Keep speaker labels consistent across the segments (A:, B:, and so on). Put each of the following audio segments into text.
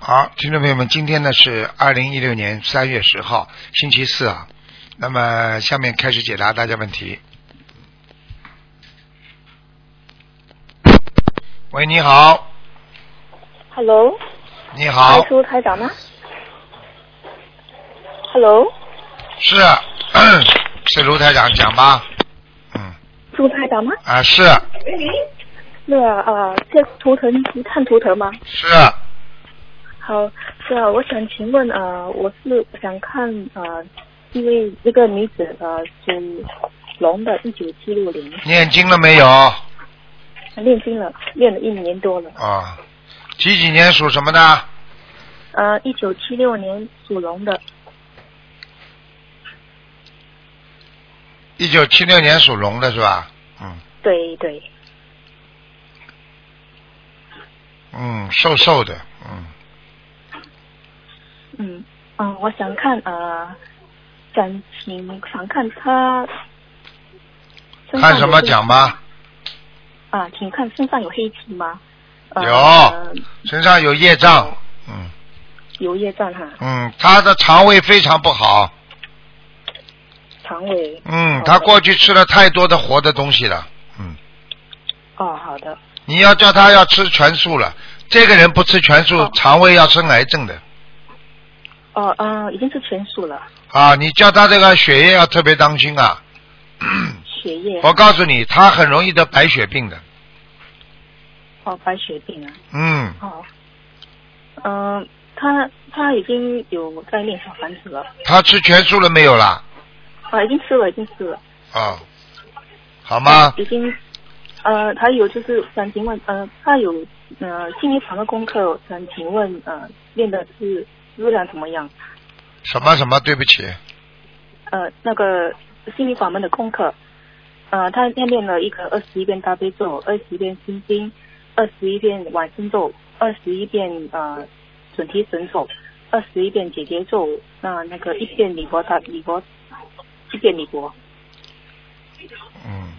A: 好，听众朋友们，今天呢是二零一六年三月十号，星期四啊。那么下面开始解答大家问题。喂，你好，
B: Hello，
A: 你好
B: 是，卢台长吗？Hello，
A: 是 是卢台长讲吧？嗯，
B: 是卢台长吗？
A: 啊是
B: 那个啊，这图腾是看图腾吗？
A: 是，
B: 好，是啊，我想请问呃，我是想看呃，因为一个女子呃属龙的，一九七六零，
A: 念经了没有？啊、
B: 练经了，练了一年多了。
A: 哦几几年属什么的？
B: 呃，一九七六年属龙的，
A: 一九七六年属龙的是吧？嗯
B: 对对，
A: 嗯，瘦瘦的，嗯。
B: 嗯嗯、我想看呃，想请想看她身上有
A: 看什么
B: 没有
A: 讲吧？
B: 啊，请看身上有黑气吗？呃、
A: 有身上有业障，嗯
B: 有业障哈，
A: 嗯，他的肠胃非常不好，
B: 肠胃。
A: 嗯，
B: 好
A: 他
B: 的
A: 过去吃了太多的活的东西了，嗯，
B: 哦，好的，
A: 你要叫他要吃全素了，这个人不吃全素，
B: 哦
A: 肠胃要生癌症的
B: 哦，嗯、已经是全素了，
A: 啊，你叫他这个血液要特别当心啊，
B: 血液
A: 我告诉你，他很容易得白血病的，
B: 哦，白血病啊，
A: 嗯，
B: 哦，嗯、他他已经有在练小房子了，
A: 他吃全素了没有啦？
B: 啊，已经吃了，已经吃了，
A: 啊，好吗？
B: 已经，呃，还有就是想请问，呃，他有呃进一堂的功课，想请问呃练的是质量怎么样？
A: 什么什么？对不起，
B: 呃，那个心理法门的功课，呃，他练练了一个二十一遍大悲咒，二十一遍心经，二十一遍往生咒，二十一遍呃准提神咒，二十一遍解结咒，那、那个一遍礼佛大礼佛，一遍礼佛，
A: 嗯，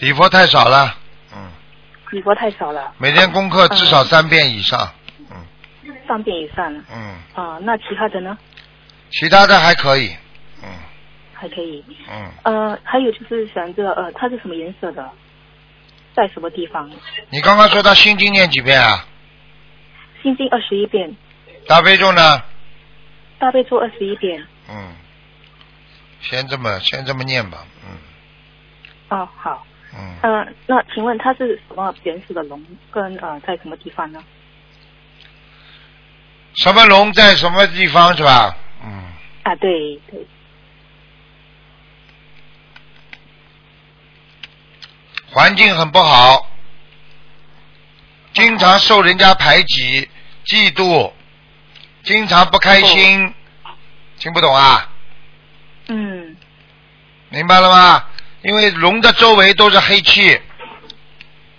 A: 礼佛太少了，嗯。
B: 礼佛太少了，
A: 每天功课至少三遍以上。嗯
B: 三遍以上了
A: 嗯，
B: 啊、那其他的呢
A: 其他的还可以。嗯
B: 还可以，
A: 嗯，
B: 呃，还有就是想着呃，它是什么颜色的，在什么地方？
A: 你刚刚说他心经念几遍啊？
B: 心经二十一遍，
A: 大悲咒呢？
B: 大悲咒二十一遍，
A: 嗯，先这么先这么念吧。嗯
B: 哦，好。
A: 嗯，
B: 嗯、那请问它是什么原始的龙，跟呃在什么地方呢？
A: 什么龙在什么地方是吧？嗯，
B: 啊，对对，
A: 环境很不好，经常受人家排挤、嫉妒，经常不开心，听不懂啊？
B: 嗯，
A: 明白了吗？因为龙的周围都是黑气。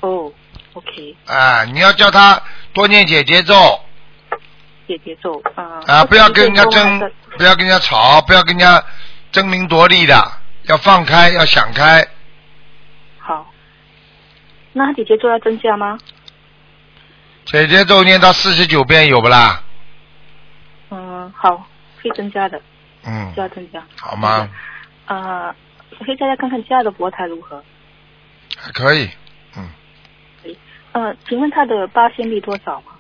B: 哦，OK，
A: 啊，你要叫他多念姐姐咒
B: 解节奏啊。
A: 啊，不要跟人家争
B: 21遍，
A: 不要跟人家吵，不要跟人家争名夺利的，要放开，要想开。
B: 好，那它姐姐咒要增加吗？
A: 姐姐咒念到四十九遍有不啦？
B: 嗯，好，可以增加的，
A: 嗯
B: 需，要增加。
A: 好吗？
B: 啊、我可以大家看看家的佛台如何？
A: 还可以，嗯，
B: 嗯、请问它的八仙力多少吗？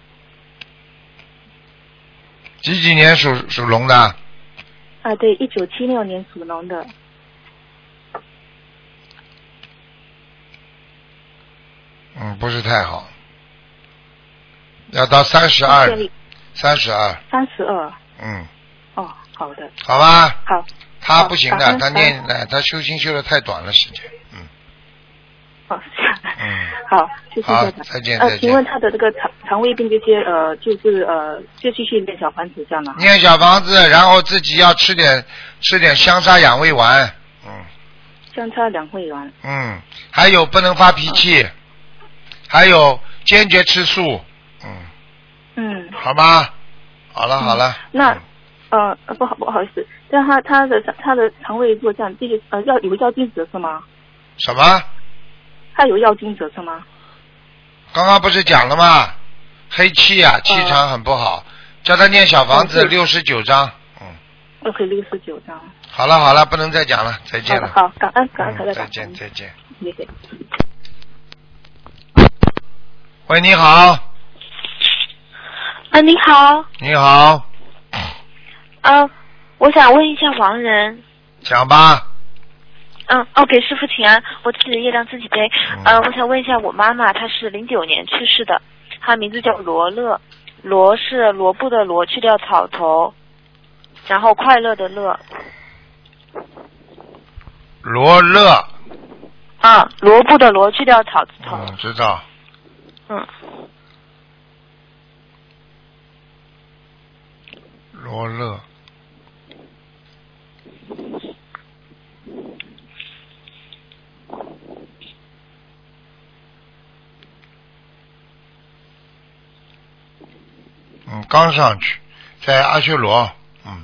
A: 几几年属属龙的？
B: 啊，对，一九七六年属龙的，
A: 嗯，不是太好，要到三十
B: 八
A: 二，
B: 仙力
A: 三十二，
B: 三十二。
A: 嗯，
B: 哦，好的，
A: 好吧，
B: 好，
A: 他
B: 好
A: 不行
B: 感
A: 的，
B: 恩
A: 他
B: 感恩
A: 念，哎他修心修的太短了时间，嗯，
B: 哦，
A: 嗯
B: 好，谢谢
A: 好
B: 校长。
A: 再见再
B: 呃，
A: 见
B: 请问他的这个肠肠胃病这些呃，就是呃，就继续练小房子这样吗？
A: 念小房子，然后自己要吃点吃点香砂养胃丸，嗯
B: 相差两会员。
A: 嗯，还有不能发脾气，还有坚决吃素，嗯，
B: 嗯，
A: 好吗？好了好了，
B: 那
A: 嗯
B: 呃呃不好不好意思，但他他的他的肠胃如果这样继续呃要有药精者是吗？
A: 什么？
B: 他有药精者是吗？
A: 刚刚不是讲了吗？黑气啊，气场很不好，叫他念小房子
B: 嗯
A: 六十九章。嗯，
B: OK，六十九张。
A: 好了好了，不能再讲了，再见
B: 好的，
A: 了。
B: 好，感恩感恩
A: 嗯
B: 台长，
A: 再
B: 感
A: 见
B: 恩
A: 再见。
B: 谢谢。
A: 喂，你好，
C: 啊，你好，
A: 你好，
C: 呃，我想问一下亡人，
A: 讲吧。
C: 嗯，哦，给师傅请安，我自己的业障自己背。
A: 嗯
C: 呃，我想问一下我妈妈，她是零九年去世的，她名字叫罗乐，罗是罗布的罗，去掉草头，然后快乐的乐，
A: 罗乐，
C: 啊，罗布的罗去掉草字头，
A: 嗯，知道。
C: 嗯，
A: 罗乐，嗯，刚上去，在阿修罗，嗯，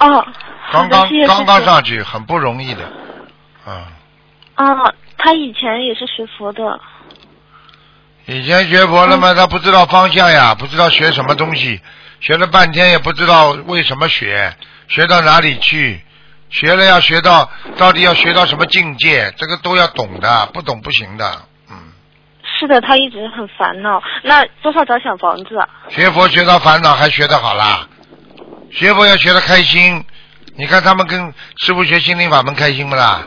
C: 哦，好
A: 刚
C: 的，
A: 刚
C: 谢谢师
A: 刚刚
C: 傅。
A: 上去，很不容易的，嗯，
C: 啊，她以前也是学佛的，
A: 以前学佛了嘛，他不知道方向呀，不知道学什么东西，学了半天也不知道为什么学，学到哪里去，学了要学到到底要学到什么境界，这个都要懂的，不懂不行的。嗯，
C: 是的，她一直很烦恼。那多少张小房子啊？
A: 学佛学到烦恼还学得好啦，学佛要学得开心。你看他们跟师傅学心灵法门开心不啦？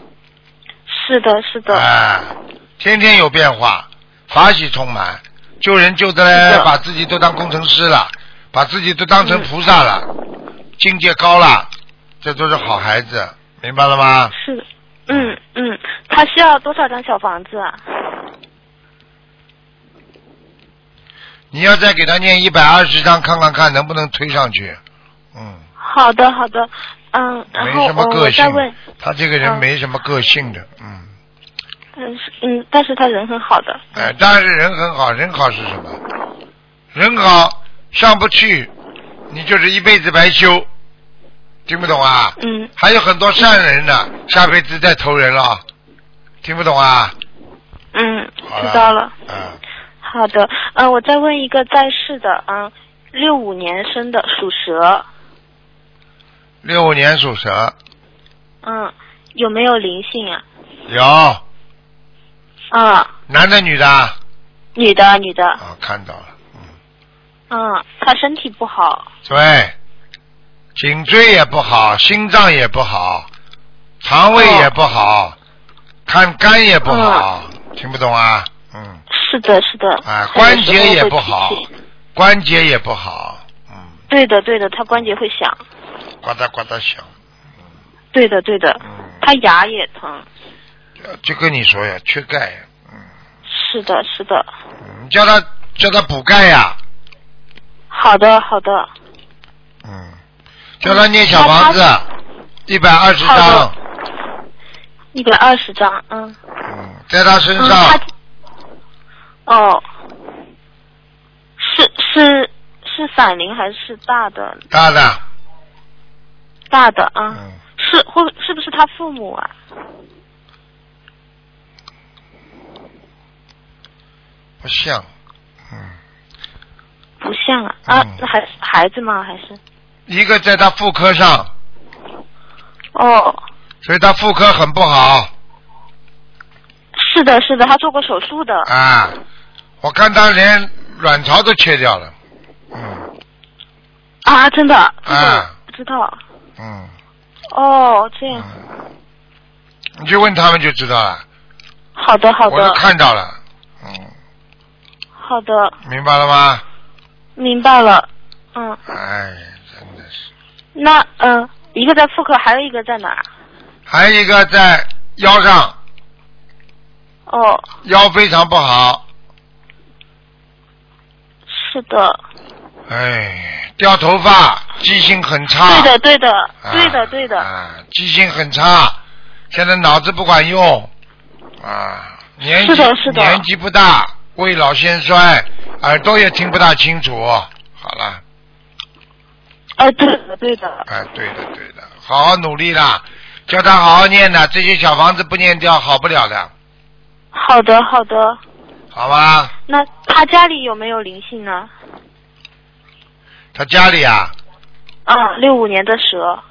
C: 是的，是的。
A: 啊，天天有变化，法喜充满，救人救的
C: 是啊嗯
A: 嘞，
C: 的
A: 把自己都当工程师了，把自己都当成菩萨了，境界高了，这都是好孩子，明白了吗？
C: 是的，嗯嗯，他需要多少张小房子啊？
A: 你要再给他念一百二十章，看看看能不能推上去。嗯，
C: 好的好的，嗯，然
A: 没
C: 后
A: 什么
C: 呃
A: 个
C: 我
A: 性
C: 再问，，
A: 他这个人
C: 嗯
A: 没什么个性的，嗯，
C: 嗯是嗯，但是他人很好的，
A: 哎，但是人很好，人好是什么？人好上不去，你就是一辈子白修，听不懂啊？
C: 嗯，
A: 还有很多善人呢，下辈子再投人了，听不懂啊？
C: 嗯，
A: 好
C: 知道了。。
A: 嗯，
C: 好的，嗯，我再问一个在世的，嗯，六五年生的属蛇，
A: 六五年属蛇，
C: 嗯，有没有灵性啊？
A: 有
C: 啊，
A: 男的女的啊？
C: 女的女的，
A: 啊，看到了，
C: 嗯，她身体不好，
A: 对，颈椎也不好，心脏也不好，肠胃
C: 哦
A: 也不好，看肝也不好，听不懂啊？嗯，
C: 是的是的，
A: 啊
C: 她有时
A: 关
C: 候
A: 节也
C: 会
A: 不
C: 脾
A: 好
C: 气
A: 关节也不好，嗯，
C: 对的对的，她关节会响，
A: 呱嗒呱嗒响，
C: 对的对的，
A: 嗯，
C: 她牙也疼。
A: 就跟你说呀，缺钙呀，
C: 是的，是的，
A: 嗯，叫他叫他补钙呀、
C: 好的，好的，
A: 嗯，叫他念小房子，一百二十
C: 嗯好
A: 张
C: 的，一百二十张，嗯，
A: 嗯，在他身
C: 嗯，
A: 上，
C: 他，哦，是是是散灵还是大的
A: 大的，
C: 大的啊？
A: 嗯，
C: 是会是不是他父母啊？
A: 不像，嗯，
C: 不像啊啊
A: 嗯，
C: 那还是孩子吗？还是
A: 一个在他妇科上，
C: 哦，
A: 所以他妇科很不好
C: 是的，是的，他做过手术的，
A: 啊，我看他连卵巢都切掉了，嗯
C: 啊，真的，这个
A: 啊
C: 我不知道，
A: 嗯
C: 哦，这样，
A: 嗯，你去问他们就知道了，
C: 好的，好
A: 我都
C: 的，
A: 看到了，嗯，
C: 好的，
A: 明白了吗？
C: 明白了，嗯，
A: 哎，真的是，
C: 那嗯、呃一个在妇科，还有一个在哪儿？
A: 还有一个在腰上，
C: 哦，
A: 腰非常不好。
C: 是的，
A: 哎，掉头发，记性很差。
C: 对的，对的，
A: 啊
C: 对的，对的，
A: 啊，记性很差，现在脑子不管用，啊，年纪
C: 是的是的
A: 年纪不大，未老先衰，耳朵也听不大清楚。好了，
C: 呃，对的，对的，
A: 哎，对的对的，好好努力啦，叫他好好念的，这些小房子不念掉好不了的，
C: 好的，好的。
A: 好吧？
C: 那他家里有没有灵性呢？
A: 他家里啊，
C: 嗯，六五年的蛇，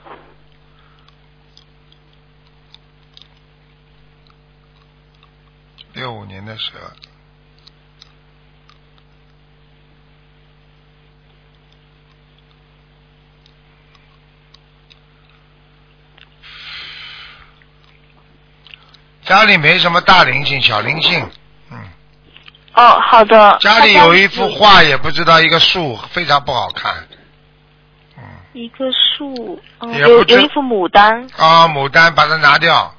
A: 六五年的蛇。家里没什么大灵性，小灵性。嗯，
C: 哦，好的。
A: 家里有一幅画，也不知道一个树，非常不好看。嗯，
C: 一个树，嗯
A: 也
C: 有
A: 不知
C: 有一幅牡丹，
A: 啊、牡丹把它拿掉，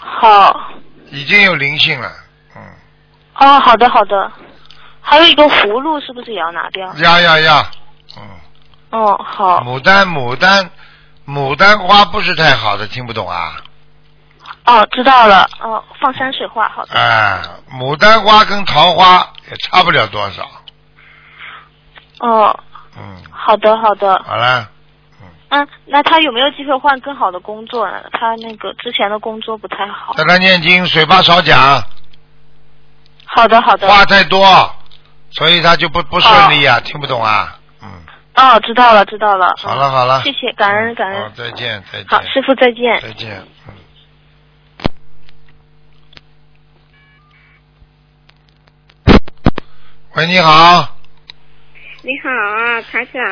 C: 好，
A: 已经有灵性了。嗯，
C: 哦，好的好的，还有一个葫芦是不是也要拿掉？
A: 要要要。嗯，
C: 哦，好，
A: 牡丹牡丹牡丹花不是太好的，听不懂啊？
C: 哦，知道了，哦，放山水画，好的，
A: 啊，牡丹花跟桃花也差不了多少。
C: 哦，
A: 嗯，
C: 好的好的，
A: 好了，
C: 嗯，那他有没有机会换更好的工作呢？他那个之前的工作不太好。
A: 叫他念经，嘴巴少讲，
C: 好的好的，
A: 话太多，所以他就不不顺利啊，听不懂啊。嗯，
C: 哦，知道了知道了，
A: 好了好了，
C: 谢谢感恩感恩
A: 好，再见再见。
C: 好，师傅再见。
A: 再见。嗯。喂，你好。
D: 你好啊，台长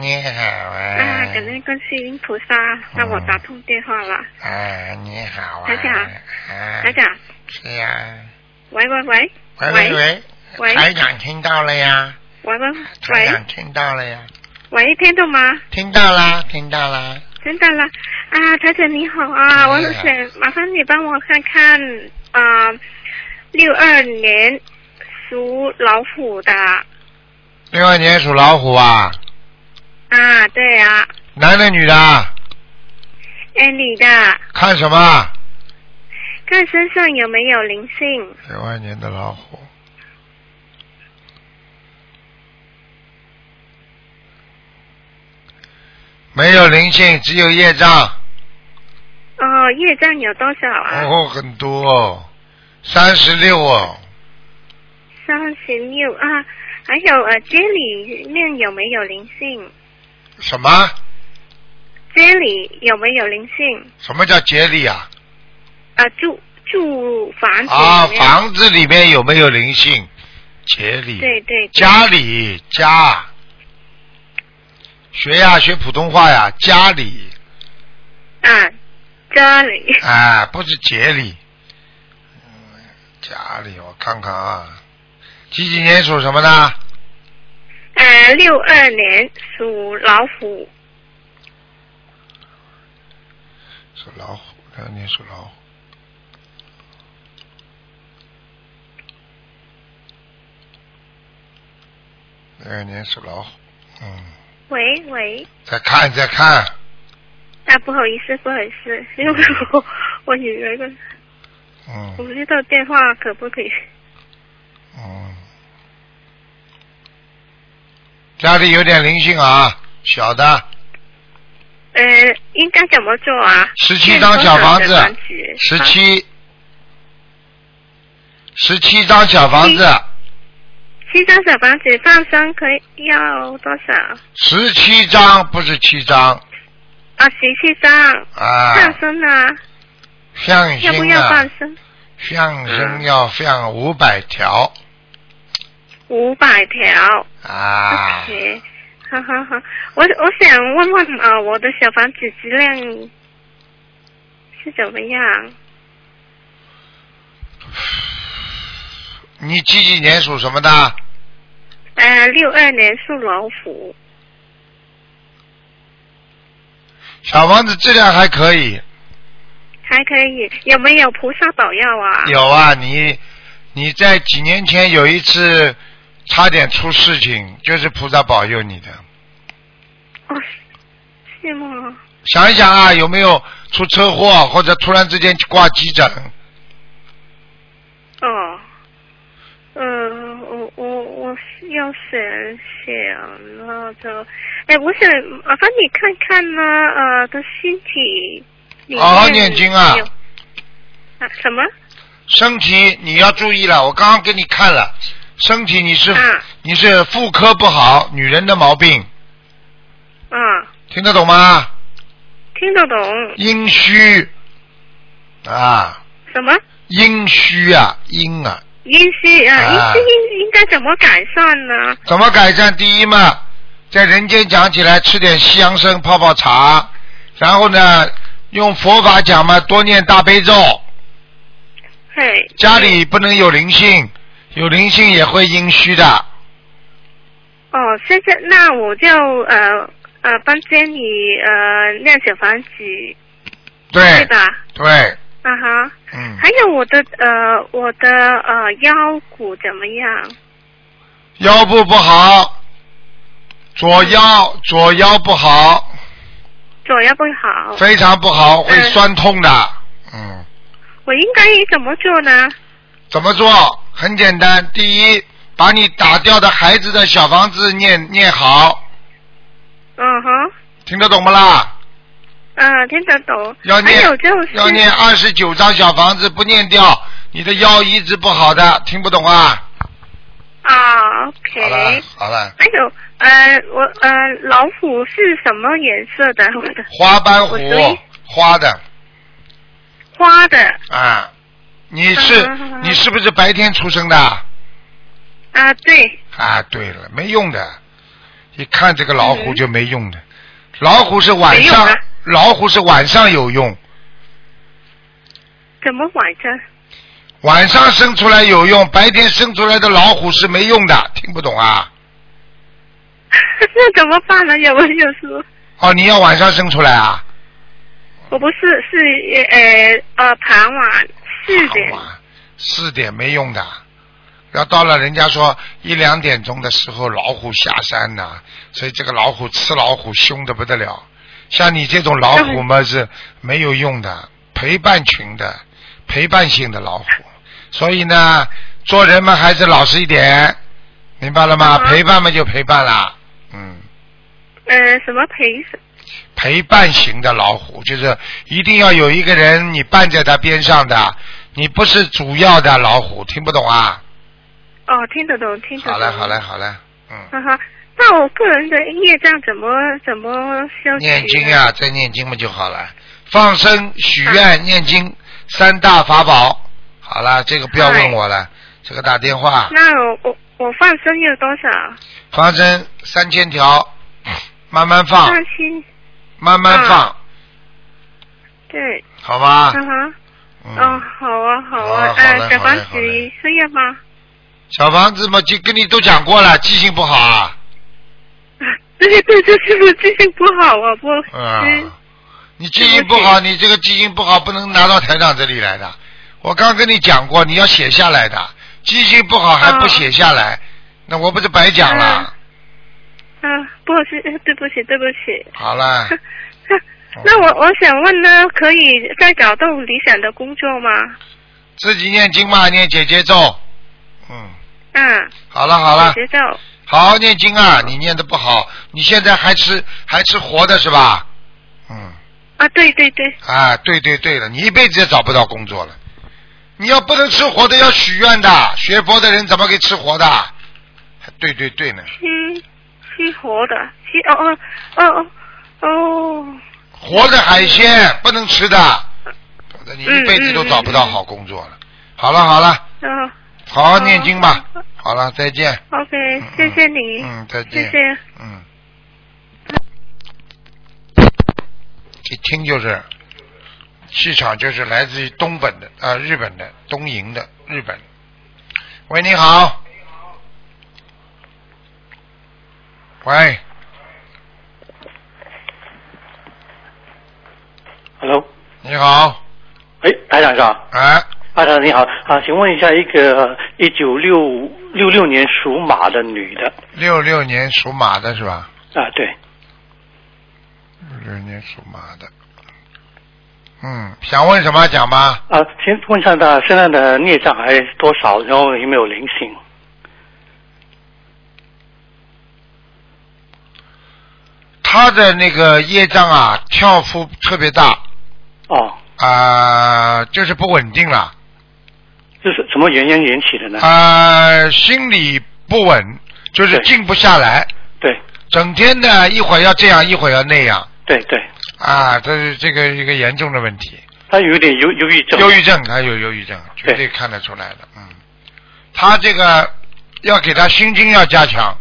A: 你好啊。
D: 啊，感恩观世音菩萨，
A: 嗯
D: 让我打通电话了。
A: 哎，你好啊。
D: 台长
A: 哎
D: 台长，
A: 是呀。
D: 喂喂喂
A: 喂喂喂。
D: 喂
A: 台长听到了呀，
D: 喂喂
A: 哎台
D: 喂
A: 长听到了呀，
D: 喂，听到吗？
A: 听到啦，听到啦。
D: 真的了啊，台长你好啊，我
A: 你好
D: 想麻烦你帮我看看啊，六二年属老虎的
A: 六二年属老虎啊，
D: 啊，对啊，
A: 男的女的啊？
D: 哎你的，
A: 看什么？
D: 看身上有没有灵性？
A: 六二年的老虎。没有灵性，只有业障，
D: 啊哦，业障有多少啊？
A: 哦，很多哦，三十六哦，
D: 三十六啊，还有呃，街里面有没有灵性？
A: 什么？
D: 街里有没有灵性？
A: 什么叫节力啊？
D: 啊，住住房子
A: 啊，
D: 里面
A: 房子里面有没有灵性？节力。
D: 对对对
A: 家里家，学呀学普通话呀，家里
D: 啊，家里
A: 啊，不是节里，嗯家里我看看啊，几几年属什么的？
D: 呃，六二年属老虎
A: 属老虎，两年属老虎。二年属老虎，嗯，
D: 喂喂
A: 再看再看，
D: 啊，不好意思不好意思，因为我我有一个我
A: 嗯
D: 不知道电话可不可以
A: 嗯，家里有点灵性啊，小的，
D: 呃，应该怎么做啊？
A: 17张小房子啊
D: 建多少的房子，
A: 十七，十七张小房子，
D: 七张小房子放生可以要多少？
A: 十七张不是七张
D: 啊，十七张
A: 啊，
D: 放生啊，
A: 向
D: 要不
A: 心
D: 要
A: 啊
D: 放，生？
A: 向心啊要放五百条
D: 五百条。
A: 啊，
D: OK，好好好，我我想问问啊、呃我的小房子质量是怎么样？
A: 你几几年属什么的？
D: 呃，六二年属老虎，
A: 小房子质量还可以，
D: 还可以，有没有菩萨保佑啊？
A: 有啊，你你在几年前有一次差点出事情，就是菩萨保佑你的。
D: 哦，是吗？
A: 想一想啊，有没有出车祸或者突然之间挂急诊？
D: 哦，呃，我我我是要想想那个，哎，我想麻烦你看看呢，呃的身体里
A: 好好
D: 面
A: 念经啊
D: 有啊，什么？
A: 身体你要注意了，我刚刚给你看了，身体你是、
D: 嗯
A: 你是妇科不好，女人的毛病，
D: 嗯，
A: 听得懂吗？
D: 听得懂
A: 阴虚啊，
D: 什么
A: 阴虚啊，阴啊，
D: 阴虚啊？阴
A: 啊
D: 虚应应该怎么改善呢？
A: 怎么改善？第一嘛，在人间讲起来，吃点西洋参泡泡茶，然后呢，用佛法讲嘛，多念大悲咒。
D: 嘿，
A: 家里不能有灵性，有灵性也会阴虚的。
D: 哦，现在那我就呃呃帮接你呃练小房子，对
A: 对
D: 吧？
A: 对，
D: 啊哈，
A: 嗯，
D: 还有我的呃我的呃腰骨怎么样？
A: 腰部不好，左腰左腰不好，
D: 左腰不好，
A: 非常不好，会
D: 嗯
A: 酸痛的。嗯，
D: 我应该怎么做呢？
A: 怎么做？很简单，第一，把你打掉的孩子的小房子念念好，
D: 嗯哼，
A: 听得懂不啦？
D: 嗯，听得懂。
A: 要念
D: 还有就是
A: 要念二十九张小房子，不念掉，你的腰一直不好的，听不懂啊？
D: 啊
A: 好
D: ，OK。
A: 了好了，
D: 还有呃，我呃，老虎是什么颜色的？我的
A: 花斑
D: 我
A: 虎
D: 属于
A: 花的。
D: 花的
A: 啊，你是
D: 嗯嗯嗯
A: 你是不是白天出生的？
D: 啊，对，
A: 啊，对了，没用的，一看这个老虎就没用的，老虎是晚
D: 嗯没用
A: 上
D: 啊，
A: 老虎是晚上有用，
D: 怎么晚上？
A: 晚上生出来有用，白天生出来的老虎是没用的，听不懂啊？
D: 那怎么办呢？有没有说？
A: 哦，你要晚上生出来啊？
D: 我不是是呃呃傍晚四点
A: 好嘛，四点没用的。要到了人家说一两点钟的时候，老虎下山呐、所以这个老虎吃老虎凶的不得了。像你这种老虎嘛是没有用的，陪伴群的，陪伴性的老虎。所以呢，做人嘛还是老实一点，明白了吗？
D: 嗯哼
A: 陪伴嘛就陪伴啦，嗯，
D: 呃什么陪什
A: 陪伴型的老虎就是一定要有一个人你伴在他边上的，你不是主要的老虎，听不懂啊？
D: 哦，听得懂，听得懂。
A: 好嘞，好嘞，。好嘞，嗯，
D: 哈哈，那我个人的业障怎么怎么消除？
A: 念经！啊，再念经嘛就好了。放生、许愿、念经三大法宝。好了，这个不要问我了，这个打电话。
D: 那我我我放生有多少？
A: 放生三千条，慢慢放，
D: 放心，
A: 慢慢
D: 啊
A: 放，
D: 对，
A: 好吗？
D: 哈哈。哦，
A: 啊嗯，
D: 好啊，好
A: 好
D: 啊，
A: 嘞好嘞
D: 呃，小房
A: 好
D: 子
A: 嘞
D: 是要吗？
A: 小房子嘛，就跟你都讲过了，记性不好啊。
D: 对对对，是不是记性不好啊？不，
A: 嗯
D: 嗯，，
A: 你记性不好，你这个记性不好不能拿到台长这里来的。我刚跟你讲过，你要写下来的。记性不好还不写下来，那我不是白讲了？
D: 嗯啊，不好意思，呃对不起，对不起。
A: 好了， 哦嗯
D: 那我我想问呢，可以再找到理想的工作吗？
A: 自己念经嘛，念姐姐咒。嗯，
D: 嗯，
A: 好了好了，
D: 学到
A: 好好念经啊！你念的不好，你现在还吃还吃活的是吧？嗯。
D: 啊，对对对，
A: 啊，对对对了，你一辈子也找不到工作了。你要不能吃活的，要许愿的。学佛的人怎么可以吃活的？还对对对呢，
D: 吃吃活的，吃哦哦哦哦哦，
A: 活的海鲜不能吃的，否则你一辈子都找不到
D: 嗯嗯嗯
A: 好工作了。好了好了，
D: 嗯
A: 好好念经吧。好了，再见。
D: ，OK，
A: 嗯
D: 谢谢你，
A: 嗯，再见。
D: 谢谢。
A: 嗯。一听就是，气场就是来自于东本的啊、日本的东瀛的日本。喂，你好。喂，
E: Hello，
A: 你好，
E: 哎，台长是吧？
A: 哎，
E: 啊，台长你好啊，请问一下，一个一九六六六年属马的女的
A: 六六年属马的是吧？
E: 啊，对，
A: 六六年属马的，嗯，想问什么讲吧。
E: 啊，先问一下她身上的孽障还多少，然后有没有灵性？
A: 他的那个业障啊，跳幅特别大
E: 哦，
A: 啊、就是不稳定了。
E: 这是什么原因引起的呢？
A: 呃，心理不稳，就是
E: 对
A: 静不下来，
E: 对
A: 整天的一会儿要这样，一会儿要那样
E: 对对，
A: 啊，这是这个一个严重的问题。
E: 他有点忧忧郁症。
A: 忧郁症，他有忧郁症，绝对
E: 对
A: 看得出来的。嗯，他这个要给他心经要加强，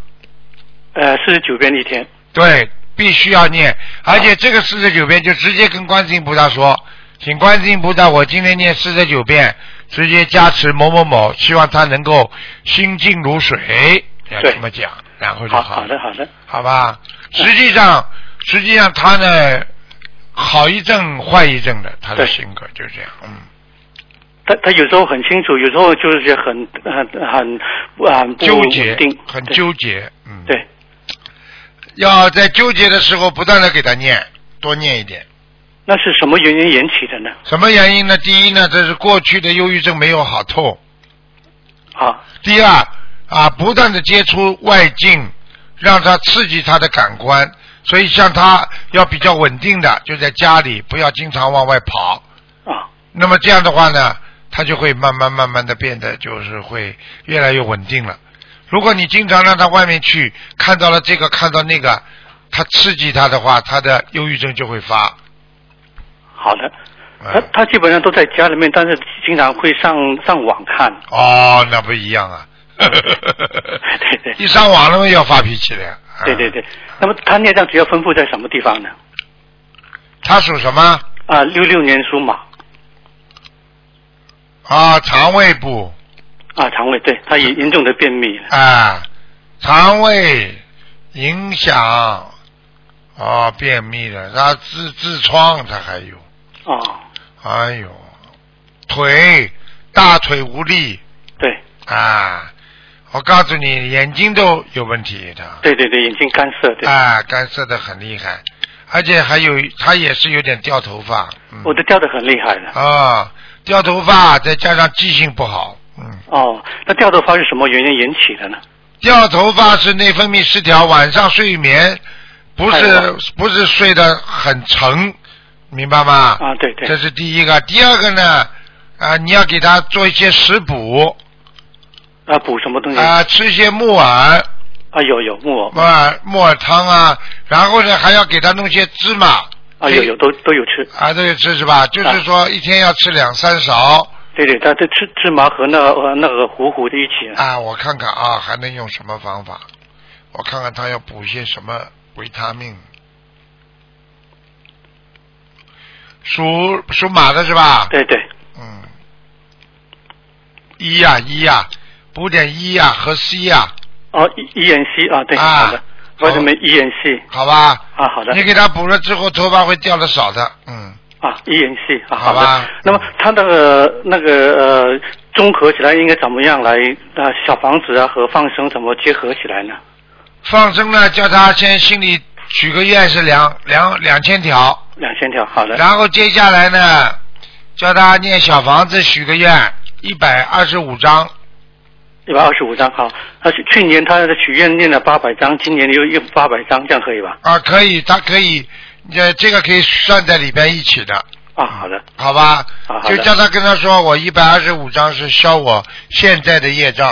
E: 呃，四十九遍一天。
A: 对，必须要念，而且这个四十九遍就直接跟观世音菩萨说，请观世音菩萨，我今天念四十九遍，直接加持某某某，希望他能够心静如水，要
E: 对
A: 这么讲，然后就
E: 好
A: 好
E: 好
A: 了
E: 的好的，
A: 好吧？实际上，实际上他呢，好一阵坏一阵的，他的
E: 对
A: 性格就是这样，嗯。
E: 他他有时候很清楚，有时候就是很很很很不
A: 纠结
E: 稳定，
A: 很
E: 对
A: 纠结，嗯，
E: 对，
A: 要在纠结的时候不断的给他念，多念一点。
E: 那是什么原因引起的呢？
A: 什么原因呢？第一呢，这是过去的忧郁症没有好透；
E: 啊，
A: 第二啊，不断的接触外境，让他刺激他的感官，所以像他要比较稳定的，就在家里，不要经常往外跑。
E: 啊，
A: 那么这样的话呢，他就会慢慢慢慢的变得就是会越来越稳定了。如果你经常让他外面去，看到了这个看到那个，他刺激他的话，他的忧郁症就会发。
E: 好的。他
A: 嗯、
E: 他基本上都在家里面，但是经常会上上网看。
A: 哦，那不一样啊！
E: 对
A: 一上网了嘛，要发脾气了呀。啊
E: 对对，对。那么他孽障主要分布在什么地方呢？
A: 他属什么？
E: 啊，六六年属马
A: 啊，肠胃部
E: 啊，肠胃对，他也严重的便秘了。
A: 啊，肠胃影响哦，便秘了，他痔痔疮他还有。
E: 哦，
A: 哎呦，腿大腿无力
E: 对
A: 啊！我告诉你，眼睛都有问题的，
E: 对对对，眼睛干涩对。
A: 啊，干涩的很厉害，而且还有他也是有点掉头发，嗯
E: 我，都掉的很厉害了。
A: 啊，掉头发再加上记性不好，嗯，
E: 哦，那掉头发是什么原因引起的呢？
A: 掉头发是内分泌失调，晚上睡眠不
E: 太
A: 是
E: 晚
A: 不是睡得很沉，明白吗？
E: 啊，对对
A: 哎这是第一个，第二个呢，啊，你要给他做一些食补，
E: 啊，补什么东西？
A: 啊、吃一些木耳、
E: 啊，有有木偶
A: 木耳、木耳汤啊，然后呢还要给他弄些芝麻
E: 啊，有有都都有吃。
A: 啊，这个吃是吧？就是说一天要吃两三勺
E: 对对，他这芝芝麻和那呃那个糊糊的一起。
A: 啊，我看看啊，还能用什么方法？我看看他要补一些什么维他命。属属马的是吧？
E: 对对，
A: 嗯，一呀一呀，补点一呀和 C 呀，
E: 哦，E E N C 啊，对，
A: 啊
E: 好的，我怎么 E N C
A: 好吧？
E: 啊，好的
A: 你给他补了之后，头发会掉的少的，嗯。
E: 啊，E N C
A: 好
E: 啊，好
A: 吧
E: 的。那么他那个那个呃，综合起来应该怎么样来呃，小房子啊和放生怎么结合起来呢？
A: 放生呢，叫他先心里许个愿是两两两千条，
E: 两千条，好的，
A: 然后接下来呢，叫他念小房子许个愿一百二十五章，
E: 一百二十五张，好。他是去年他的许愿念了八百张，今年又又八百张，这样可以吧？
A: 啊，可以，他可以，呃，这个可以算在里边一起的，
E: 啊，好的，
A: 好吧？
E: 好好
A: 嗯就
E: 的
A: 叫他跟他说，我一百二十五章是消我现在的业障，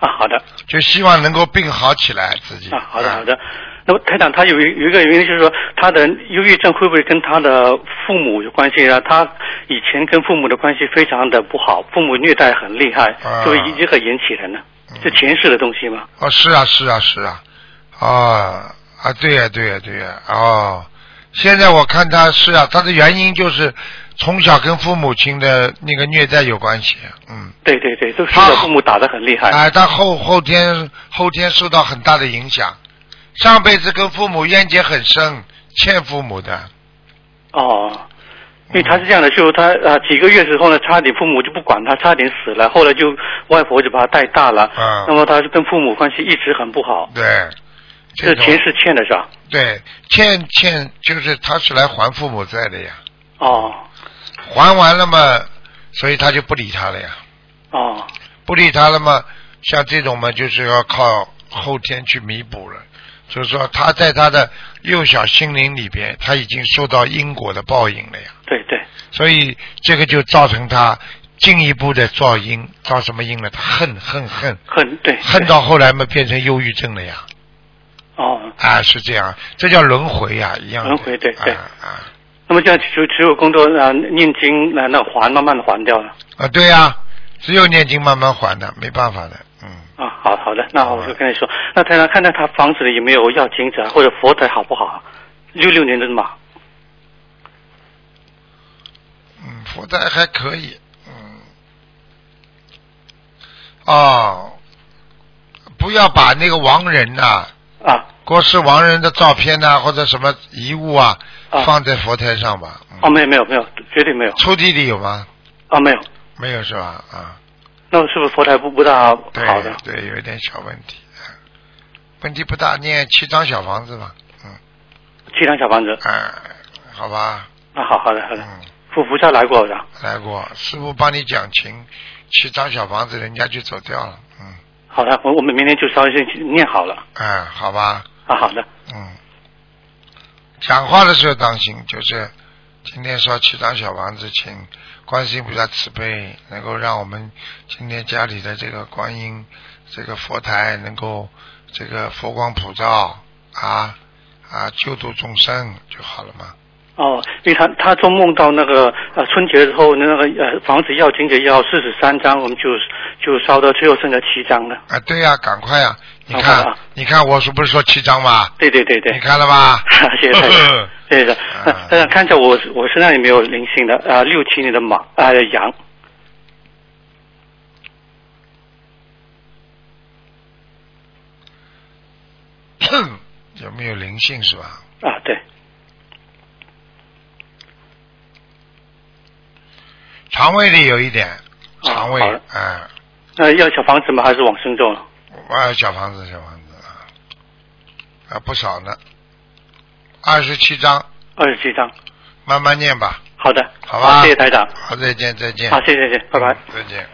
E: 啊，好的，
A: 就希望能够病好起来自己。
E: 啊，好的，好的。那么台长，他有一有一个原因就是说，他的忧郁症会不会跟他的父母有关系呢？他以前跟父母的关系非常的不好，父母虐待很厉害
A: 啊，嗯
E: 就一个引起的呢？是前世的东西吗？
A: 哦，是啊，是啊，是啊，啊啊，对呀、对呀、对呀、哦，现在我看他是啊，他的原因就是从小跟父母亲的那个虐待有关系，嗯，
E: 对对对，都是
A: 他
E: 父母打得很厉害。
A: 哎，他后后天后天受到很大的影响，上辈子跟父母冤结很深，欠父母的，
E: 哦，因为他是这样的，就他啊几个月之后呢，差点父母就不管他，差点死了。后来就外婆就把他带大了。
A: 啊
E: 那么他就跟父母关系一直很不好，
A: 对，这
E: 这前
A: 种
E: 世欠的是吧？
A: 对欠欠就是他是来还父母债的呀，
E: 哦
A: 还完了嘛，所以他就不理他了呀。
E: 哦
A: 不理他了嘛，像这种嘛，就是要靠后天去弥补了。就是说，他在他的幼小心灵里边，他已经受到因果的报应了呀。
E: 对对
A: 所以这个就造成他进一步的造因，造什么因了？他恨恨恨，
E: 恨对
A: 恨到后来嘛变成忧郁症了呀！
E: 哦。
A: 啊，是这样，这叫轮回呀、一样的。
E: 轮回对对
A: 啊啊
E: 那么这样就只有工作啊、念经来那还，慢慢的还掉了
A: 啊，对呀、只有念经慢慢还的，没办法的，嗯。
E: 啊。好好的，那我就跟你说，那太太看看他房子里有没有要金子啊，或者佛台好不好？六六年的马，
A: 嗯，佛台还可以，嗯，哦，不要把那个亡人呐、
E: 啊，
A: 过世亡人的照片呐、或者什么遗物啊，
E: 啊
A: 放在佛台上吧。嗯
E: 哦，没有没有没有，绝对没有
A: 抽屉里有吗？
E: 啊，没有。
A: 没有是吧？啊，
E: 那是不是佛台不不大
A: 对
E: 好的？
A: 对，有一点小问题，啊问题不大，念七张小房子吧，
E: 七张小房子，
A: 啊，好吧，
E: 那好好的好的，
A: 嗯，
E: 菩菩萨来过的，
A: 来过，师傅帮你讲情，七张小房子人家就走掉了，嗯，
E: 好的，我我们明天就稍微先去念好了
A: 啊，好吧，
E: 啊，好的，
A: 嗯，讲话的时候当心，就是今天说七张小房子，请观世音菩萨慈悲，能够让我们今天家里的这个观音、这个佛台能够这个佛光普照啊啊，救度众生就好了嘛。
E: 哦，因为他他做梦到那个呃春节之后，那个呃房子要金子要四十三张，我们就就烧到最后剩下七张了。
A: 啊，对呀、赶快呀、你
E: 好
A: 看，
E: 好好
A: 你看我是不是说七张嘛？
E: 对对对
A: 你
E: 对，
A: 看了吧？
E: 谢谢 太太，谢谢太
A: 啊
E: 太。那太太看一下我我身上有没有灵性的啊？六七年的马啊、羊
A: 有没有灵性是吧？
E: 啊，对，
A: 肠胃里有一点，肠胃
E: 啊好的，
A: 啊。
E: 那要小房子吗？还是往生咒呢？
A: 啊，小房子，小房子啊，啊不少呢，二十七章，
E: 二十七张。
A: 慢慢念吧。
E: 好的，
A: 好吧
E: 谢谢台长，
A: 好，再见，再见。
E: 好，谢谢谢谢，拜拜。，
A: 再见。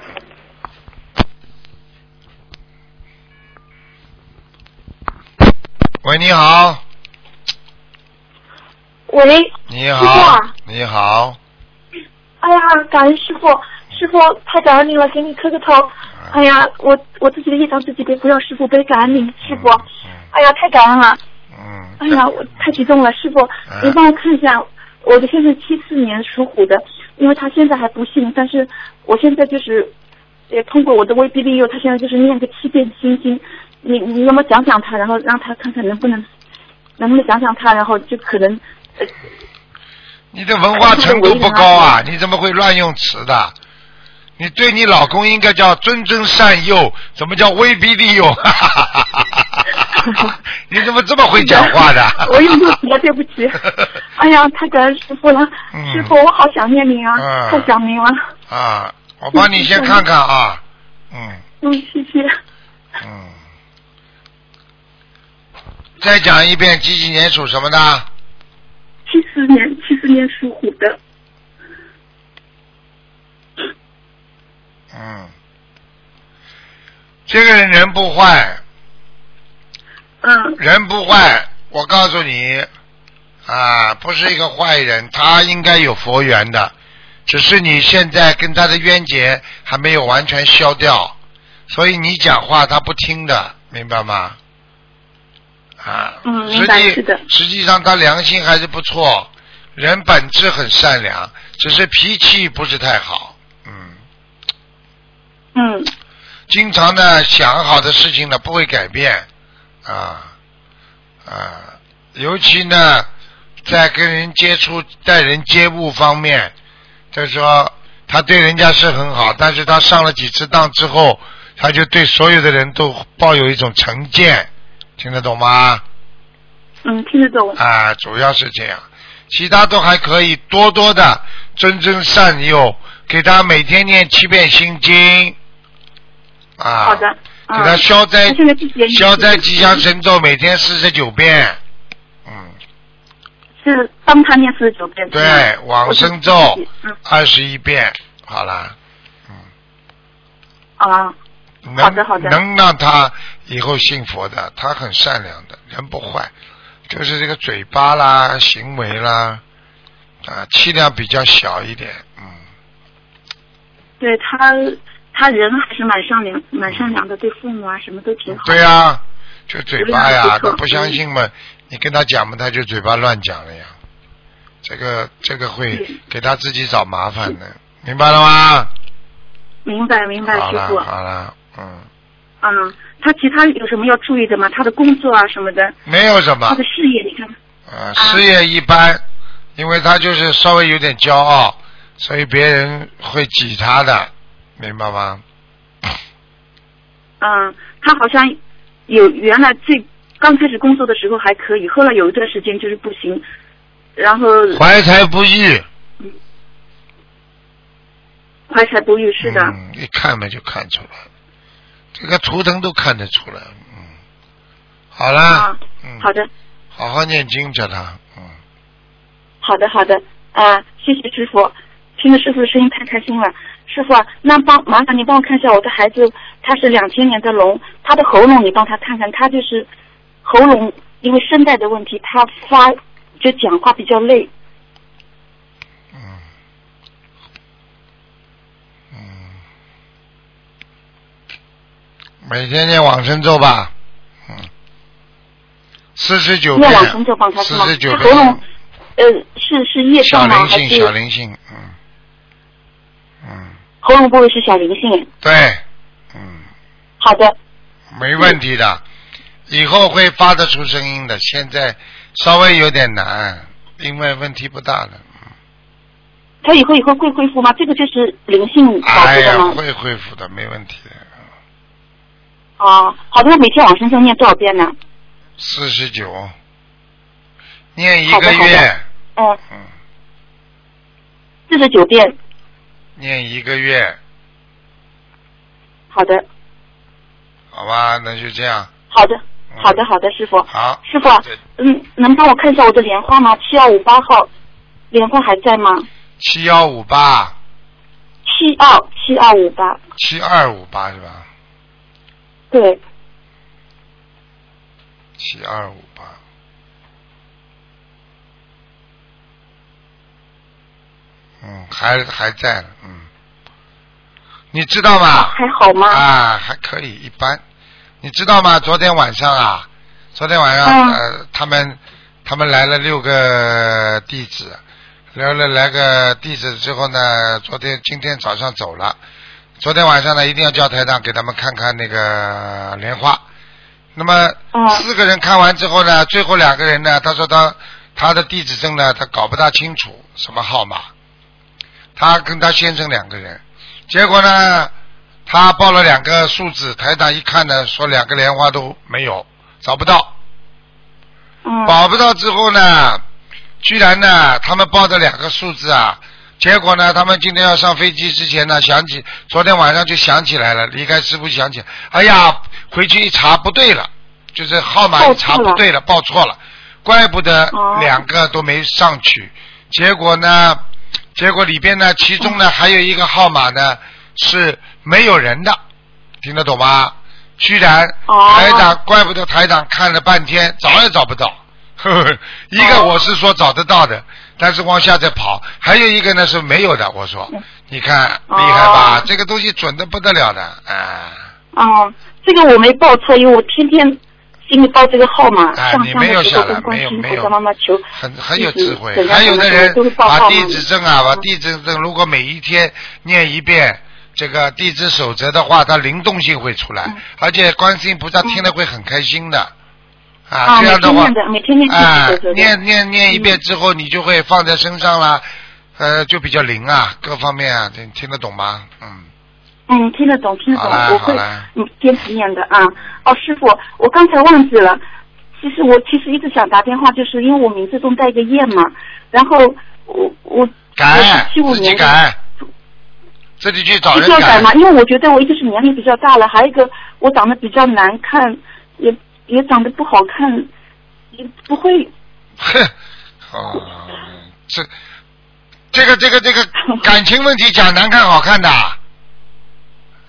A: 喂，你好，
F: 喂，
A: 你
F: 师傅
A: 好
F: 啊，
A: 你好，
F: 哎呀，感恩师傅，师傅太感恩您了，给你磕个头。哎呀，我我自己的业障自己背，不要师傅背，感恩您，师傅。哎呀，太感恩了，
A: 嗯，
F: 哎呀，我太激动了，师傅，您帮我看一下，我的先生七四年属虎的，因为他现在还不信，但是我现在就是也通过我的威逼利诱，他现在就是念个七遍心经，你你要么讲讲他，然后让他看看能不能能不能讲讲他，然后就可能
A: 你的文化程度不高啊， 你怎么会乱用词的？你对你老公应该叫谆谆善诱，怎么叫威逼利诱？ 哈哈哈哈哈哈你怎么这么会讲话的
F: ？我又漏题了，对不 起。哎呀，太感恩师傅了，
A: 嗯
F: 师傅，我好想念您啊，
A: 嗯
F: 太想您了。
A: 啊，我帮你先看看啊，嗯
F: 嗯，谢谢。
A: 嗯。再讲一遍，几几年属什么的？
F: 七四年，七四年属虎的，
A: 嗯，这个人人不坏，
F: 嗯
A: 人不坏，我告诉你，啊，不是一个坏人，他应该有佛缘的，只是你现在跟他的冤结还没有完全消掉，所以你讲话他不听的，明白吗？啊，
F: 嗯
A: 实
F: 明白
A: 际
F: 是的
A: 实际上他良心还是不错，人本质很善良，只是脾气不是太好，嗯。
F: 嗯
A: 经常呢想好的事情呢不会改变，啊啊，尤其呢在跟人接触、待人接物方面，就是说他对人家是很好，但是他上了几次当之后，他就对所有的人都抱有一种成见，听得懂吗？
F: 嗯，听得懂。
A: 啊，主要是这样，其他都还可以，多多的真正善诱，给他每天念七遍心经，啊，
F: 好的，
A: 给他
F: 嗯。
A: 消灾、
F: 他现在自己也
A: 消灾吉祥神咒，每天四十九遍。嗯，
F: 是帮他念四十九遍。是吗
A: 对，往生咒
F: 我就自己嗯
A: 二十一遍，好啦，嗯
F: 啊，
A: 能
F: 好的好的
A: 能让他以后信佛的，他很善良的，人不坏，就是这个嘴巴啦、行为啦，啊，气量比较小一点，嗯，
F: 对他他人还是蛮善良，蛮善良的，对父母啊什么都挺好。
A: 对呀、就嘴巴呀，
F: 不
A: 他
F: 是不错
A: 不相信嘛，你跟他讲嘛，他就嘴巴乱讲了呀。这个这个会
F: 嗯
A: 给他自己找麻烦的，明白了吗？
F: 明白明白，
A: 好
F: 师
A: 了
F: 傅。
A: 好了，嗯，
F: 嗯，他其他有什么要注意的吗？他的工作啊什么的，
A: 没有什
F: 他
A: 么
F: 的，事业，你看，
A: 呃，事业一般，因为他就是稍微有点骄傲，所以别人会挤他的，明白吗？
F: 嗯，他好像有原来最刚开始工作的时候还可以，后来有一段时间就是不行，然后
A: 怀才不遇，
F: 怀才不遇，是的，
A: 嗯，一看嘛就看出来，这个图腾都看得出来，嗯，好啦
F: 啊，
A: 嗯，
F: 好的，
A: 好好念经叫他，嗯，
F: 好的，好的，啊，谢谢师傅，听着师傅的声音太开心了。师傅啊，那帮麻烦你帮我看一下我的孩子，他是两千年的龙，他的喉咙你帮他看看，他就是喉咙因为声带的问题，他发就讲话比较累。
A: 嗯嗯每天念往生咒吧，嗯，四十九
F: 念
A: 遍
F: 往生咒帮，他是
A: 四
F: 吗
A: 十九
F: 他喉咙
A: 遍，
F: 呃，是是业
A: 小
F: 障吗？
A: 灵
F: 还
A: 性，小
F: 是
A: 灵性，嗯，嗯，
F: 喉咙部位是小灵性？
A: 对，嗯，
F: 好的，
A: 没问题的，以后会发得出声音的，现在稍微有点难，因为问题不大的。
F: 他以后以后会恢复吗？这个就是灵性导
A: 哎
F: 致的
A: 呀，
F: 吗？
A: 会恢复的，没问题的。
F: 啊，好的，那每天往生咒念多少遍呢？
A: 四十九，念一
F: 好
A: 个
F: 的好的
A: 月，
F: 嗯，
A: 嗯，
F: 四十九遍。
A: 念一个月，
F: 好的，
A: 好吧，那就这样，
F: 好的，
A: 嗯
F: 好的，好的，师傅，
A: 好。
F: 师傅啊
A: 这
F: 嗯，能帮我看一下我的莲花吗？七二五八号莲花还在吗？
A: 七幺五八，
F: 七二七二五八，
A: 七二五八是吧？
F: 对，
A: 七二五八。嗯，还还在了，嗯，你知道吗？
F: 还好吗？
A: 啊，还可以，一般。你知道吗？昨天晚上啊，昨天晚上、
F: 嗯
A: 呃，他们他们来了六个弟子，来了来个弟子之后呢，昨天今天早上走了。昨天晚上呢，一定要叫台长给他们看看那个莲花。那么
F: 嗯
A: 四个人看完之后呢，最后两个人呢，他说他他的地址证呢，他搞不大清楚什么号码，他跟他先生两个人，结果呢，他报了两个数字，台长一看呢，说两个莲花都没有，找不到，
F: 嗯，
A: 找不到之后呢，居然呢，他们报的两个数字啊，结果呢，他们今天要上飞机之前呢，想起昨天晚上就想起来了，离开师傅想起，哎呀，回去一查不对了，就是号码一查不对了，报错了，怪不得
F: 哦
A: 两个都没上去。结果呢，结果里边呢，其中呢还有一个号码呢是没有人的，听得懂吗？居然
F: 哦
A: 台长，怪不得台长看了半天，找也找不到。呵呵， 一个
F: 哦
A: 我是说找得到的，但是往下再跑，还有一个呢是没有的。我说，你看厉
F: 哦
A: 害吧？这个东西准的不得了的啊！
F: 哦，这个我没报错，因为我天天心里报这个号码，
A: 哎
F: 上
A: 你
F: 香
A: 没有
F: 的时
A: 下
F: 候
A: 来
F: 跟观
A: 没有
F: 世音
A: 没有
F: 菩萨妈妈求，
A: 很很有
F: 弟子
A: 智慧
F: 怎。样
A: 还有的
F: 怎样
A: 人
F: 都是报
A: 把
F: 号
A: 地
F: 码
A: 址证啊，把
F: 嗯
A: 地址证如果每一天念一遍这个地址守则的话，它灵动性会出来
F: 嗯，
A: 而且观世音菩萨听了会很开心的。啊，
F: 啊，
A: 这
F: 每
A: 样
F: 天
A: 话
F: 念，的，每天念
A: 啊
F: 自己的，
A: 念念念一
F: 嗯
A: 遍之后，你就会放在身上啦，呃，就比较灵啊，各方面啊，你听得懂吗？嗯，
F: 嗯，听得懂，听得
A: 好
F: 懂，
A: 啦
F: 我
A: 好
F: 会
A: 啦
F: 嗯坚持念的啊。哦，师傅，我刚才忘记了，其实我其实一直想打电话，就是因为我名字中带一个燕嘛，然后我我
A: 改
F: 七五
A: 自己
F: 年的
A: 改，自己去找
F: 一
A: 人
F: 定要
A: 改
F: 改嘛，因为我觉得我一个是年龄比较大了，还有一个我长得比较难看，也也长得不好看，也不会
A: 哼，哦，这这个这个 这个感情问题讲难看好看的啊，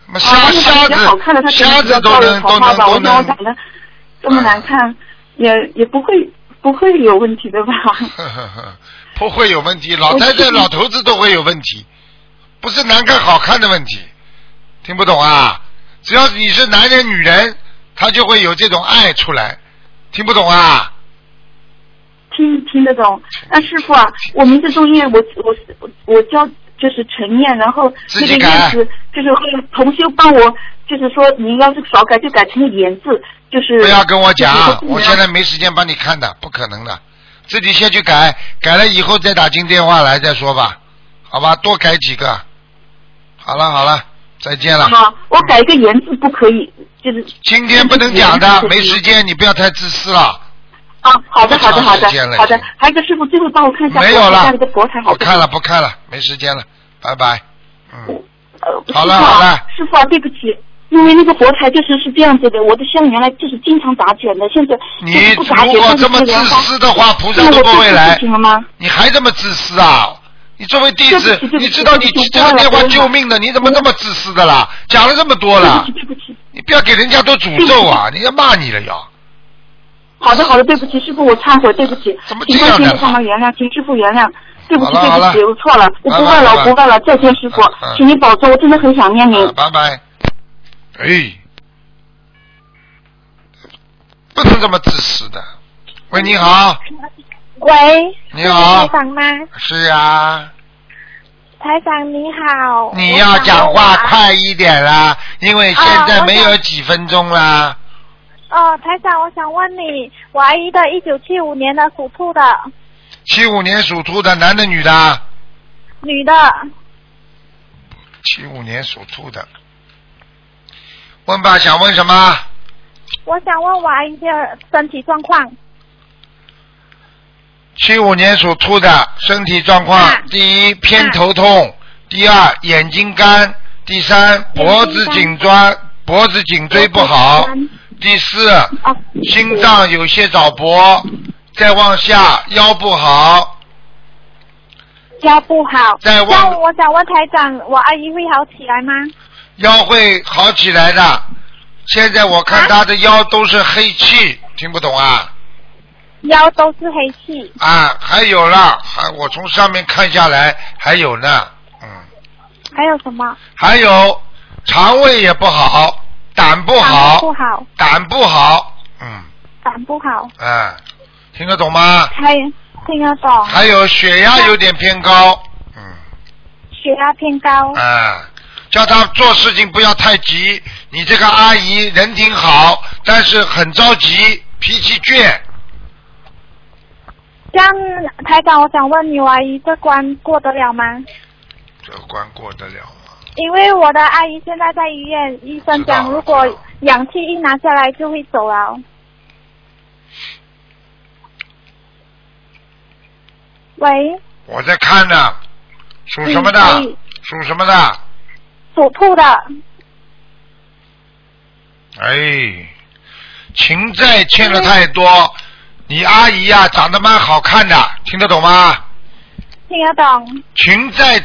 A: 那
F: 啊
A: 瞎，
F: 我
A: 瞎
F: 长得好看的，
A: 子
F: 他
A: 瞎子都能都能
F: 吧，
A: 都
F: 我觉得我
A: 能，
F: 长得这么难看，也也不会不会有问题的吧？
A: 呵呵呵，不会有问题，老太
F: 我
A: 太老头子都会有问题，不是难看好看的问题，听不懂啊？只要你是男人女人，他就会有这种爱出来，听不懂啊？
F: 听听得懂。那师傅啊，我名字中念我我我我教就是晨念，然后
A: 自
F: 那
A: 己
F: 个
A: 改
F: 念字就是会同修帮我，就是说你要是少改就改成言字，就是
A: 不要跟我讲，
F: 就是
A: 我现在没时间帮你看的，不可能的，自己先去改，改了以后再打进电话来再说吧，好吧？多改几个，好了好了，再见了。
F: 好，我改一个言字不可以，就是
A: 今天不能讲的，
F: 嗯
A: 没时间，你不要太自私了。
F: 啊，好的好的好
A: 太
F: 的
A: 长时间了
F: 好的
A: 已经，
F: 还有一个师傅最后帮我看一下
A: 没
F: 佛
A: 有
F: 台
A: 了
F: 下面的佛台，好
A: 不
F: 不
A: 看了不看了，没时间了，拜拜。嗯，
F: 呃，
A: 好了
F: 师傅啊
A: 好了
F: 师傅啊，对不起，因为那个佛台就是是这样子的，我的香原来就是经常打卷的，现在就
A: 你
F: 是不打
A: 如
F: 卷，
A: 果
F: 但是
A: 这
F: 那
A: 么
F: 个
A: 自
F: 莲花
A: 私的话，菩萨
F: 那
A: 都
F: 我
A: 不会来
F: 这次行了吗。
A: 你还这么自私啊？你作为弟子
F: 对不起对不，起
A: 你知道你
F: 对不起
A: 这个电
F: 我
A: 话
F: 忘了
A: 救命的，你怎么这么自私的啦？讲了这么多了
F: 对，不起，对不起。
A: 你不要给人家多诅咒啊！人家骂你了要。
F: 好的，好的，对不起，师傅，我忏悔，对不起
A: 怎么，
F: 请
A: 这样
F: 观世
A: 呢
F: 音菩萨们原谅，请师傅原谅。对不起，
A: 好了好
F: 对不起，
A: 了
F: 我错了，我不
A: 拜拜
F: 问了，
A: 拜
F: 我
A: 拜
F: 不问了，再见，师傅
A: 嗯嗯，
F: 请您保重，我真的很想念您。
A: 啊，拜拜。哎，不能这么自私的。喂，你好，
G: 喂，
A: 你好
G: 是台长吗？
A: 是啊，
G: 台长你好。
A: 你要讲话。
G: 啊
A: 快一点啦，因为现在没有几分钟啦。
G: 哦，台长，我想问你，我阿姨的，一九七五年的属兔的
A: 七五年属兔的，男的女的？
G: 女的，
A: 七五年属兔的。问吧，想问什么？
G: 我想问我阿姨的身体状况。
A: 七五年属兔的身体状况，
G: 啊
A: 第一偏头痛，第二眼睛干，第三脖子颈椎脖子颈椎不好，第四
G: 哦，
A: 心脏有些早搏，再往下腰不好，
G: 腰不好。
A: 再问
G: 那我想问台长，我阿姨会好起来吗？
A: 腰会好起来的。现在我看
G: 啊
A: 他的腰都是黑气，听不懂啊
G: 腰都是黑气。
A: 啊，还有啦，还我从上面看下来还有呢，嗯，
G: 还有什么？
A: 还有肠胃也不好，胆不
G: 肠胃
A: 好，
G: 不好，
A: 胆不好，嗯，
G: 胆不好。
A: 哎，听得懂吗？
G: 还听得懂？
A: 还有血压有点偏高，嗯，
G: 血压偏高。
A: 哎，叫他做事情不要太急。你这个阿姨人挺好，但是很着急，脾气倔。
G: 这样，台长，我想问你，我阿姨这关过得了吗？
A: 这关过得了吗？
G: 因为我的阿姨现在在医院，医生
A: 知道
G: 讲
A: 了
G: 如果氧气一拿下来就会走了。喂，
A: 我在看呢，属什么的
G: 嗯可以？
A: 属什么的？
G: 属兔的，
A: 哎，情债欠的太
G: 嗯
A: 多。你阿姨呀、长得蛮好看的，听得懂吗？
G: 听得懂？
A: 情债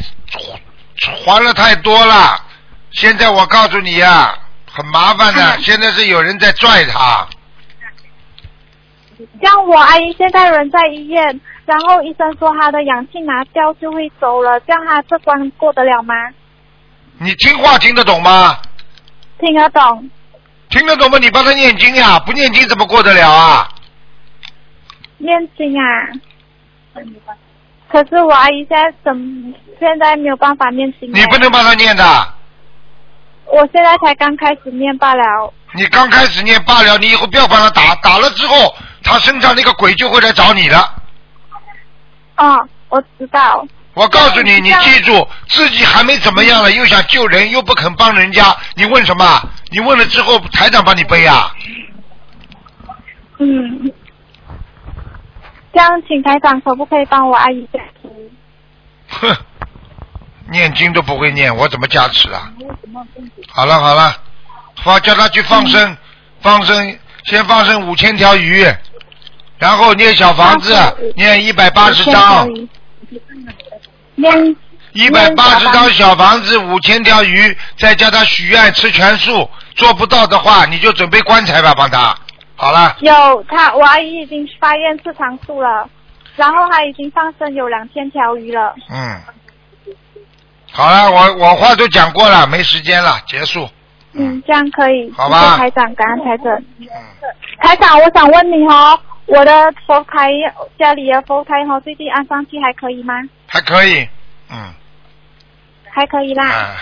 A: 还了太多了，现在我告诉你呀、很麻烦的、
G: 嗯
A: 现在是有人在拽他，
G: 像我阿姨现在人在医院，然后医生说她的氧气拿掉就会走了，这样她这关过得了吗？
A: 你听话听得懂吗？
G: 听得懂？
A: 听得懂吗？你帮他念经呀、不念经怎么过得了啊？
G: 念经啊。可是我阿姨现在怎么现在没有办法念经？啊
A: 你不，能帮他念的，
G: 我现在才刚开始念罢了。
A: 你刚开始念罢了，你以后不要帮他打，打了之后，他身上那个鬼就会来找你了。
G: 哦，我知道。
A: 我告诉你，
G: 嗯
A: 你
G: 这样
A: 记住，自己还没怎么
G: 嗯
A: 样了，又想救人，又不肯帮人家，你问什么？你问了之后，台长帮你背啊？
G: 嗯。这样，请台长可不可以帮我阿姨解除？
A: 哼，念经都不会念，我怎么加持啊？好了好了，放叫他去放
G: 嗯
A: 生，放生先放生五千条鱼，然后念小房子
G: 放生，
A: 念一百八十
G: 张
A: 张，。
G: 念
A: 一百八十
G: 念小房
A: 张小房子，五千条鱼，再叫他许愿吃全素，做不到的话你就准备棺材吧，帮他。好了，
G: 有她，我阿姨已经发愿吃长素了，然后她已经放生有两千条鱼了。
A: 嗯，好了，我我话都讲过了，没时间了，结束。
G: 嗯，这样可以。
A: 好吧
G: 谢谢台长，感恩台长。台长，我想问你哦，我的佛台家里的佛台哦，最近安上去还可以吗？
A: 还可以，嗯，
G: 还可以啦。
A: 啊，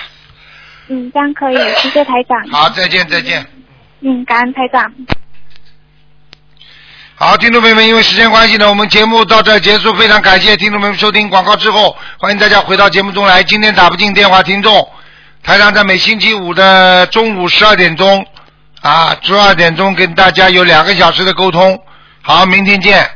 G: 嗯，这样可以，谢谢台长。
A: 好，再见，再见。
G: 嗯，感恩台长。
A: 好，听众朋友们，因为时间关系呢，我们节目到这儿结束。非常感谢听众朋友们收听广告之后，欢迎大家回到节目中来。今天打不进电话，听众台长在每星期五的中午十二点钟啊，十二点钟跟大家有两个小时的沟通。好，明天见。